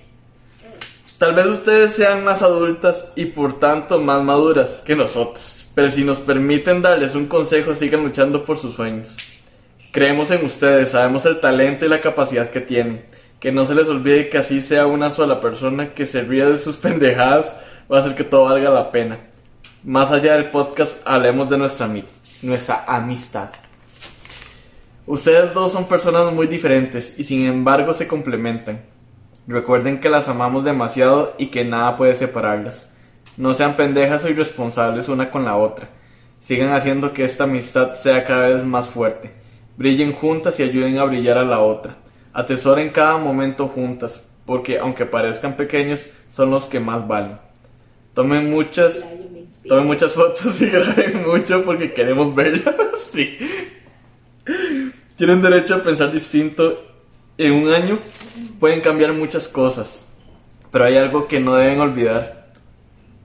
C: Tal vez ustedes sean más adultas y por tanto más maduras que nosotros, pero si nos permiten darles un consejo, sigan luchando por sus sueños. Creemos en ustedes, sabemos el talento y la capacidad que tienen. Que no se les olvide que así sea una sola persona que se ría de sus pendejadas, va a hacer que todo valga la pena. Más allá del podcast, hablemos de nuestra, ami- nuestra amistad. Ustedes dos son personas muy diferentes y sin embargo se complementan. Recuerden que las amamos demasiado y que nada puede separarlas. No sean pendejas o irresponsables una con la otra. Sigan haciendo que esta amistad sea cada vez más fuerte. Brillen juntas y ayuden a brillar a la otra. Atesoren cada momento juntas, porque aunque parezcan pequeños, son los que más valen. Tomen muchas,
A: Nadie me inspira.
C: tomen muchas fotos y graben mucho porque queremos verlas. Sí. Tienen derecho a pensar distinto. En un año pueden cambiar muchas cosas, pero hay algo que no deben olvidar.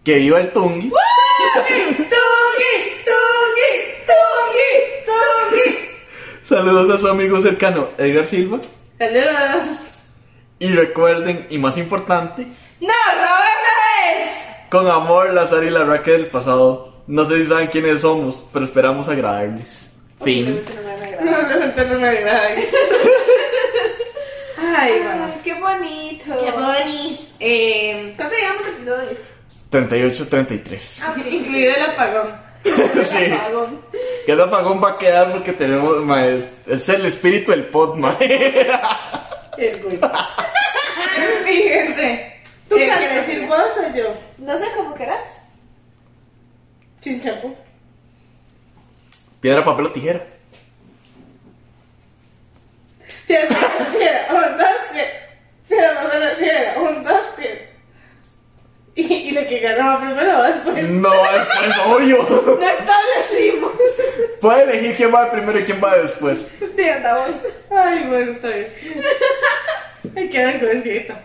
C: Que viva el Tungi.
A: ¡Tungi! ¡Tungi! ¡Tungi! ¡Tungi!
C: Saludos a su amigo cercano, Edgar Silva.
A: ¡Saludos!
C: Y recuerden, y más importante,
A: ¡No, Roberta
C: con amor, la Sara y la Raquel del pasado. No sé si saben quiénes somos, pero esperamos agradarles.
A: Em-
C: Fin.
B: Obviamente no
A: es!
B: me van a
A: No,
B: agradar.
A: Roberta no me agrada. Ay, bueno.
B: Ay, Qué bonito.
A: Qué bonis. Eh,
B: ¿Cuánto llevamos de episodio?
C: 38-33.
B: Ah, ok, sí, sí.
A: incluido el apagón.
C: Sí. Que el apagón va a quedar porque tenemos. mae, es el espíritu del pod, mae.
A: El güey. En fin, gente. ¿Tú
B: Eh,
A: qué
B: ¿quieres
A: quieres decir
B: decir
A: vos o yo?
B: No sé cómo querás.
A: Chinchapo.
C: Piedra, papel o tijera.
A: Piedra, papel, piedra, un, dos, piedra. Piedra, papel, piedra, un, dos, piedra. Y, y la que ganaba primero va después.
C: No, es obvio.
A: No establecimos.
C: Puede elegir quién va primero y quién va después.
B: De andamos.
A: Ay, bueno, está bien. Ay, qué vergüencita.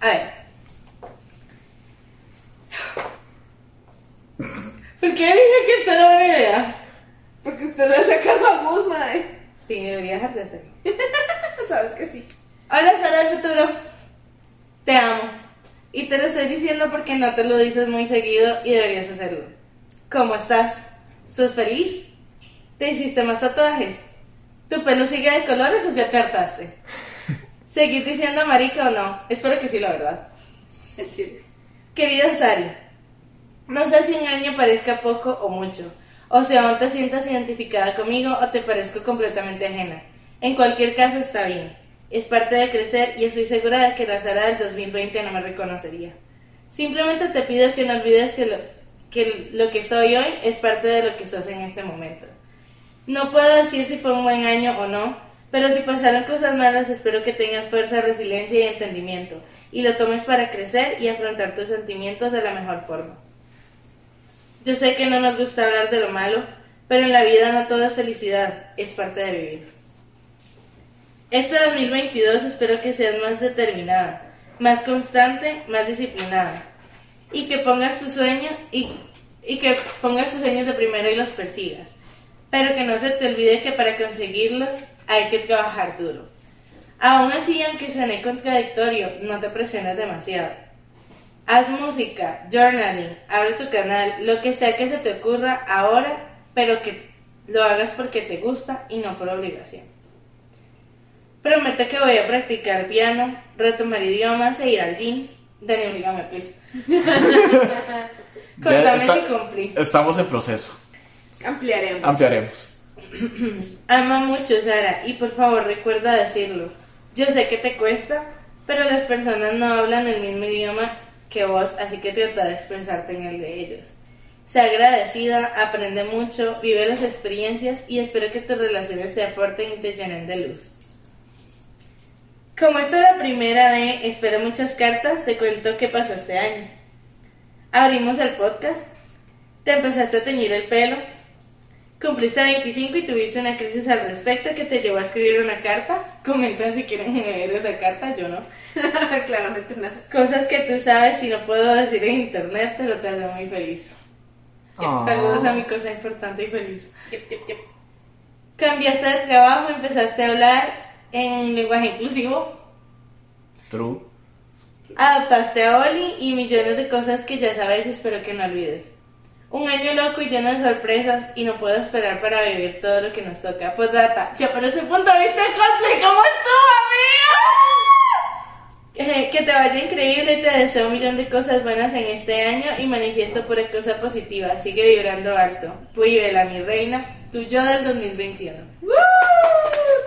A: A ver. ¿Por qué dije que esto era buena idea?
B: Porque usted le hace caso a Gus, mae.
A: Sí, debería dejar de hacerlo.
B: Sabes que sí.
A: Hola, Sara del futuro. Te amo. Y te lo estoy diciendo porque no te lo dices muy seguido y deberías hacerlo. ¿Cómo estás? ¿Sos feliz? ¿Te hiciste más tatuajes? ¿Tu pelo sigue de colores o ya te hartaste? ¿Seguís diciendo marica o no? Espero que sí, la verdad.
B: El chile.
A: Querida Sari, no sé si un año parezca poco o mucho, o si aún te sientas identificada conmigo o te parezco completamente ajena. En cualquier caso está bien. Es parte de crecer y estoy segura de que la Sara del 2020 no me reconocería. Simplemente te pido que no olvides que lo que, lo que soy hoy es parte de lo que sos en este momento. No puedo decir si fue un buen año o no, pero si pasaron cosas malas, espero que tengas fuerza, resiliencia y entendimiento, y lo tomes para crecer y afrontar tus sentimientos de la mejor forma. Yo sé que no nos gusta hablar de lo malo, pero en la vida no todo es felicidad, es parte de vivir. Este 2022 espero que seas más determinada, más constante, más disciplinada, y que pongas tus sueños y, y que pongas tus sueños de primero y los persigas. Pero que no se te olvide que para conseguirlos hay que trabajar duro. Aún así, aunque suene contradictorio, no te presiones demasiado. Haz música, journaling, abre tu canal, lo que sea que se te ocurra ahora, pero que lo hagas porque te gusta y no por obligación. Prometo que voy a practicar piano, retomar idiomas e ir al gym. Dani, obligame, please.
C: Ya
A: Contame
C: está-
A: si cumplí.
C: Estamos en proceso.
B: Ampliaremos.
C: Ampliaremos.
A: Ama mucho, Sara, y por favor recuerda decirlo. Yo sé que te cuesta, pero las personas no hablan el mismo idioma que vos, así que trata de expresarte en el de ellos. Sé agradecida, aprende mucho, vive las experiencias y espero que tus relaciones te aporten y te llenen de luz. Como esta es la primera de Espero muchas cartas, te cuento qué pasó este año. Abrimos el podcast, te empezaste a teñir el pelo, Cumpliste 25 y tuviste una crisis al respecto que te llevó a escribir una carta. Comentan si quieren leer esa carta, yo no.
B: Claramente no.
A: Cosas que tú sabes y no puedo decir en internet, pero te hace muy feliz.
C: Ah.
A: Saludos a mi cosa importante y feliz. Cambiaste de trabajo, empezaste a hablar en lenguaje inclusivo,
C: True.
A: adaptaste a Oli y millones de cosas que ya sabes, espero que no olvides. Un año loco y lleno de sorpresas y no puedo esperar para vivir todo lo que nos toca. Pues data, yo por ese punto de vista cosplay, ¿cómo estuvo, amigo? Eh, que te vaya increíble, te deseo un millón de cosas buenas en este año y manifiesto por cosa positiva. Sigue vibrando alto. Vívela, mi reina, tuyo del 2021.
B: ¡Woo! ¡Uh!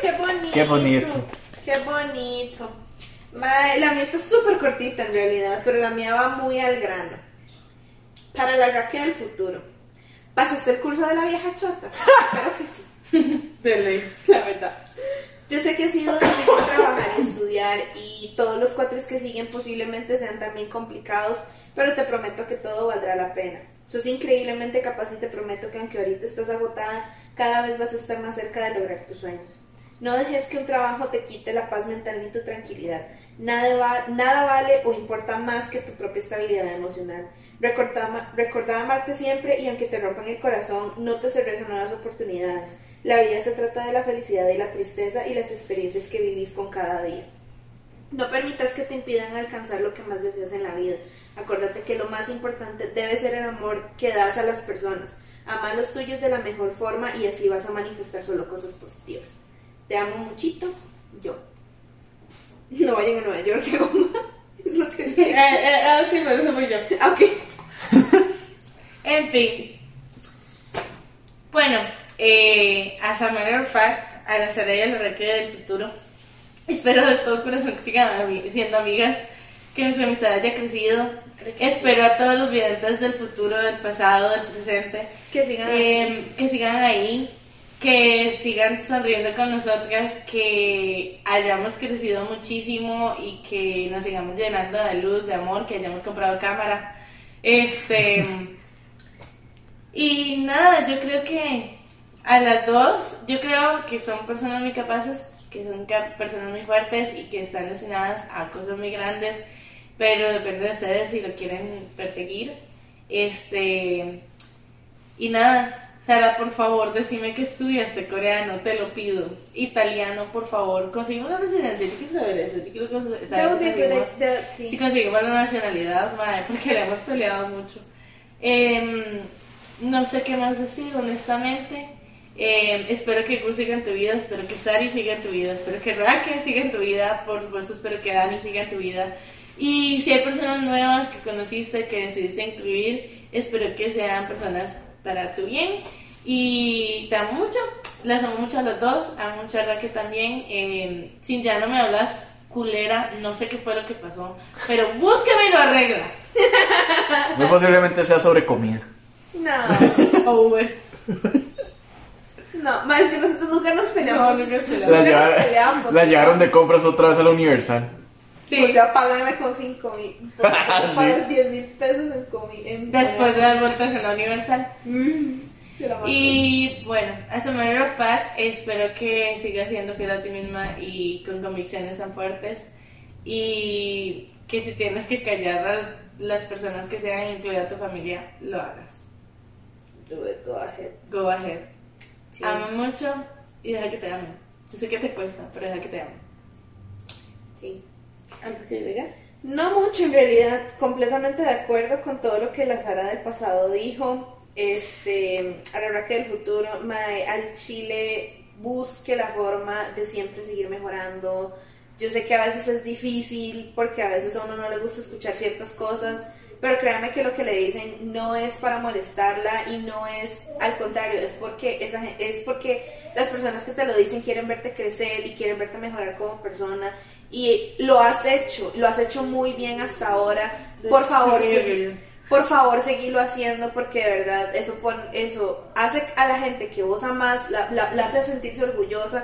B: ¡Qué bonito!
C: Qué bonito.
B: ¡Qué bonito! Ma- la mía está súper cortita en realidad, pero la mía va muy al grano. Para la Raquel del futuro. ¿Pasaste el curso de la vieja chota? Claro que sí.
A: De ley.
B: la verdad. Yo sé que ha sido difícil trabajar y estudiar y todos los cuatres que siguen posiblemente sean también complicados, pero te prometo que todo valdrá la pena. Sos increíblemente capaz y te prometo que aunque ahorita estás agotada, cada vez vas a estar más cerca de lograr tus sueños. No dejes que un trabajo te quite la paz mental ni tu tranquilidad. Nada, va- nada vale o importa más que tu propia estabilidad emocional. Recordá, recordá amarte siempre y aunque te rompan el corazón, no te cerres a nuevas oportunidades. La vida se trata de la felicidad y la tristeza y las experiencias que vivís con cada día. No permitas que te impidan alcanzar lo que más deseas en la vida. Acuérdate que lo más importante debe ser el amor que das a las personas. Ama a los tuyos de la mejor forma y así vas a manifestar solo cosas positivas. Te amo muchito, yo. No vayan a Nueva York, goma. Es lo
A: Eh,
B: que...
A: eh, ah, sí, pero eso fui yo.
B: Ah, Ok.
A: En fin. Bueno, eh, as a matter of fact, a la Saraya le recrea del futuro. Espero de todo corazón que sigan ami- siendo amigas, que nuestra amistad haya crecido. Espero a todos los videntes del futuro, del pasado, del presente,
B: Que sigan
A: eh, que sigan ahí, que sigan sonriendo con nosotras, que hayamos crecido muchísimo y que nos sigamos llenando de luz, de amor, que hayamos comprado cámara. Este. Y nada, yo creo que a las dos, yo creo que son personas muy capaces, que son ca- personas muy fuertes y que están destinadas a cosas muy grandes, pero depende de ustedes si lo quieren perseguir. Este. Y nada, Sara, por favor, decime que estudiaste coreano, te lo pido. Italiano, por favor, conseguimos la residencia, yo quiero saber eso, yo quiero cons-
B: That
A: saber
B: would be
A: si
B: a good
A: conseguimos-
B: ex- that- sí.
A: si conseguimos la nacionalidad, madre, porque la hemos peleado mucho. Em, no sé qué más decir, honestamente. Em, espero que Gur siga en tu vida, espero que Sari siga en tu vida, espero que Raquel siga en tu vida, por supuesto espero que Dani siga en tu vida. Y si hay personas nuevas que conociste, que decidiste incluir, espero que sean personas para tu bien. Y te amo mucho, las amo mucho a las dos, amo mucho a Raquel también. Em, sin ya no me hablas culera, no sé qué fue lo que pasó, pero búscame y lo arregla.
C: Muy posiblemente sea sobre comida.
B: No.
A: Over.
B: No, ma, es que nosotros nunca nos
A: No,
B: peleamos.
A: nunca nos peleamos.
C: La,
B: Nunca
C: llevar-
B: nos peleamos.
C: la llevaron de compras otra vez a la Universal.
B: Sí.
A: Sí.
B: Yo pagarme con 5 mil. Pagar 10 mil pesos en comida. En
A: Después de las vueltas en la Universal.
B: Mm, te la mato.
A: Y bueno, as a matter of fact, espero que sigas siendo fiel a ti misma y con convicciones tan fuertes. Y que si tienes que callar a las personas que sean, incluida tu familia, lo hagas.
B: Do it, go ahead.
A: Go ahead.
B: Sí.
A: Ama mucho y deja que te amen. Yo sé que te cuesta, pero deja que te amen.
B: Sí.
A: ¿Algo que agregar?
B: No mucho, en realidad, completamente de acuerdo con todo lo que la Sara del pasado dijo. Este, a la hora que del futuro, mae, al Chile busque la forma de siempre seguir mejorando. Yo sé que a veces es difícil porque a veces a uno no le gusta escuchar ciertas cosas, pero créanme que lo que le dicen no es para molestarla y no es al contrario, es porque esa gen- es porque las personas que te lo dicen quieren verte crecer y quieren verte mejorar como persona y lo has hecho, lo has hecho muy bien hasta ahora. Por favor, sigue- por favor, seguilo haciendo porque de verdad eso, pon- eso hace a la gente que vos amás, la, la- la hace sentirse orgullosa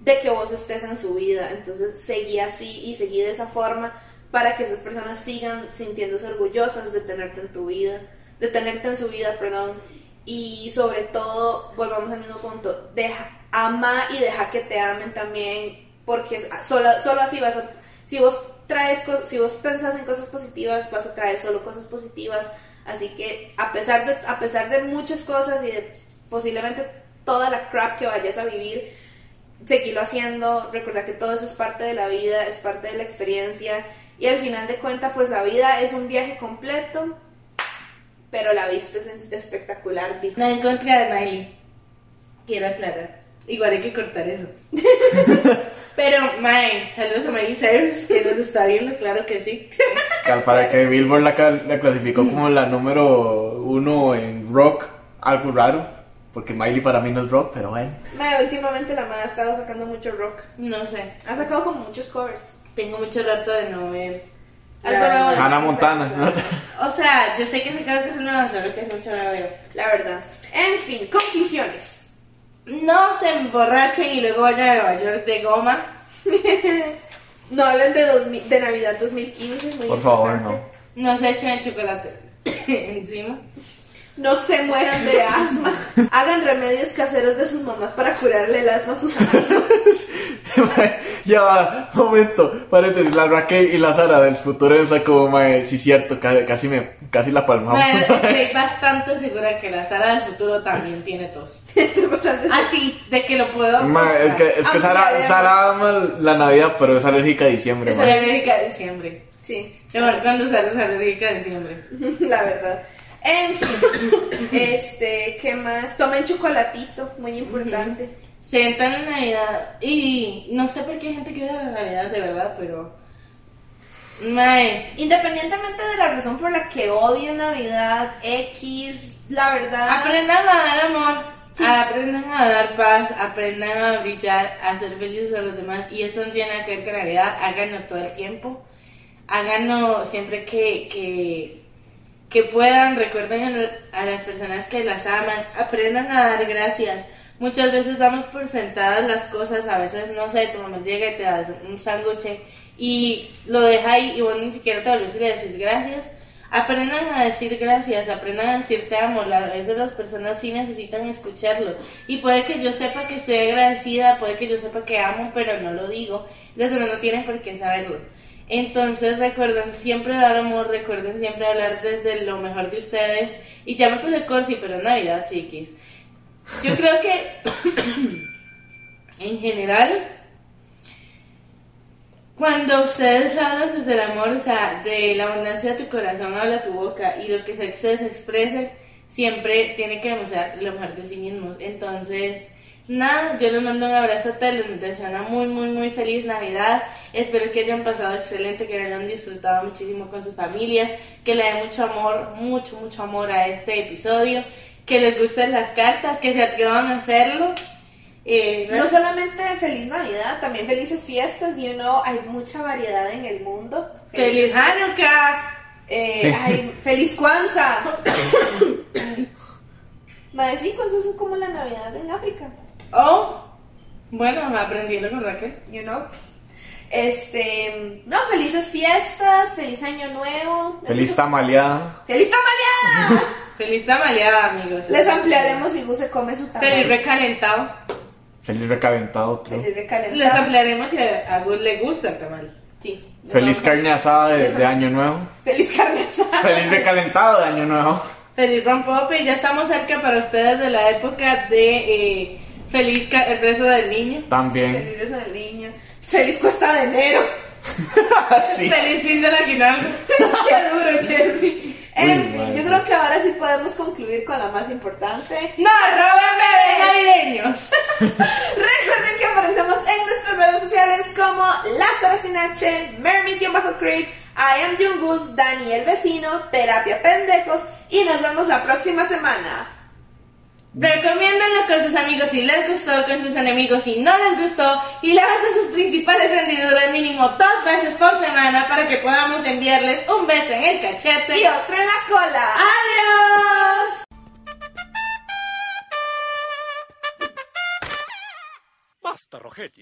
B: de que vos estés en su vida. Entonces, seguí así y seguí de esa forma para que esas personas sigan sintiéndose orgullosas de tenerte en tu vida, de tenerte en su vida, perdón. y sobre todo, volvamos al mismo punto, deja, ama y deja que te amen también, porque solo, solo así vas a, si vos traes, co- si vos pensás en cosas positivas, vas a traer solo cosas positivas, así que a pesar de, a pesar de muchas cosas y de posiblemente toda la crap que vayas a vivir, seguirlo haciendo, recordar que todo eso es parte de la vida, es parte de la experiencia y al final de cuentas pues la vida es un viaje completo, pero la vista es espectacular. dijo.
A: No en contra de Miley. Quiero aclarar. Igual hay que cortar eso. Pero, Mae, saludos a Miley Cyrus, que nos está viendo, claro que sí.
C: Cal- Para que Billboard la, cal- la clasificó como la número uno en rock, algo raro, porque Miley para mí no es rock, pero bueno.
B: Mae, últimamente la madre ha estado sacando mucho rock.
A: No sé,
B: Ha sacado como muchos covers.
A: tengo mucho rato de no ver.
B: Algo
A: la-
B: nuevo.
C: Hannah Montana, ¿no?
A: O sea, yo sé que se cada que es nueva, solo que mucho no veo.
B: La verdad. En fin, conclusiones.
A: No se emborrachen y luego vayan a Nueva York de goma.
B: No hablen de, 2000 de Navidad 2015. muy
C: Por favor, no.
B: importante.
A: No se echen el chocolate encima.
B: No se mueran de asma. Hagan remedios caseros de sus mamás para curarle el asma a sus amigos.
C: ya va, momento, paréntesis, la Raquel y la Sara del futuro en Saco, mae, sí cierto, ca- casi me, casi la palmamos.
A: Bueno, estoy bastante segura que la Sara del futuro también tiene tos.
B: Estoy bastante-
A: Así, de que lo puedo.
C: Mae, es que, es que
B: Ah,
C: Sara,
B: ya, ya.
C: Sara ama la Navidad, pero es alérgica a diciembre,
A: Soy
C: mae.
A: alérgica de diciembre.
B: Sí,
A: Se van cuando sales alérgica de diciembre.
B: la verdad. En fin, este, ¿qué más? Tomen chocolatito, muy importante.
A: Se entran en Navidad y no sé por qué hay gente que odia la Navidad de verdad, pero. Mae.
B: Independientemente de la razón por la que odio Navidad, X, la verdad.
A: Aprendan a dar amor, aprendan a dar paz, aprendan a brillar, a ser felices a los demás. Y esto no tiene nada que ver con Navidad, háganlo todo el tiempo. Háganlo siempre que, que, que puedan. Recuerden a lo- a las personas que las aman, aprendan a dar gracias. Muchas veces damos por sentadas las cosas, a veces no sé, tu mamá llega y te das un sándwich y lo deja ahí y vos ni siquiera te volvés y le decís gracias. Aprendan a decir gracias, aprendan a decir te amo. la- A veces las personas sí necesitan escucharlo. Y puede que yo sepa que estoy agradecida, puede que yo sepa que amo, pero no lo digo. Los demás no tienen por qué saberlo. Entonces recuerden siempre dar amor, recuerden siempre hablar desde lo mejor de ustedes. Y ya me puse corsi, pero es Navidad, chiquis. Yo creo que en general, cuando ustedes hablan desde el amor, o sea, de la abundancia de tu corazón, habla tu boca y lo que se, se expresa siempre tiene que demostrar lo mejor de sí mismos. Entonces, nada, yo les mando un abrazo a todos, les deseo una muy, muy, muy feliz Navidad. Espero que hayan pasado excelente, que hayan disfrutado muchísimo con sus familias, que le den mucho amor, mucho, mucho amor a este episodio, que les gusten las cartas, que se atrevan a hacerlo. Eh,
B: No solamente feliz Navidad, también felices fiestas, you know, hay mucha variedad en el mundo.
A: ¡Feliz Hanukkah!
B: Eh,
C: Sí.
B: ay, feliz Kwanzaa. Mae, sí, Kwanzaa es como la Navidad en África,
A: Oh, bueno, aprendiendo con Raquel.
B: you know. Este, no, felices fiestas, feliz año nuevo.
C: Feliz tamaleada.
B: ¡Feliz tamaleada!
A: Feliz tamaleada, amigos.
B: Les ampliaremos si se come su
A: Feliz
B: tamal.
A: recalentado.
C: Feliz recalentado, otro.
B: Feliz
A: Les
B: recalentado.
A: ampliaremos si a Gus le gusta el tamal.
B: Sí.
C: Feliz
B: No,
C: carne asada de, de año nuevo.
B: Feliz carne asada.
C: Feliz recalentado de año nuevo.
A: Feliz rompope. Ya estamos cerca para ustedes de la época de eh, feliz ca- el rezo del niño.
C: También.
B: Feliz beso del niño. Feliz cuesta de enero.
C: Sí.
A: Feliz fin de la aguinaldo.
B: Qué duro, Jerry. En
C: Uy,
B: fin,
C: madre.
B: yo creo que ahora sí podemos concluir con la más importante.
A: ¡No, roben bebés navideños!
B: Recuerden que aparecemos en nuestras redes sociales como Lázaro sin H, Mermid-Creek, I am Jungus, Dani el vecino, Terapia Pendejos y nos vemos la próxima semana.
A: Recomiéndanlo con sus amigos si les gustó, con sus enemigos si no les gustó y lávense sus principales hendiduras mínimo dos veces por semana para que podamos enviarles un beso en el cachete.
B: Y otro en la cola.
A: ¡Adiós!
E: Basta, Rogelio.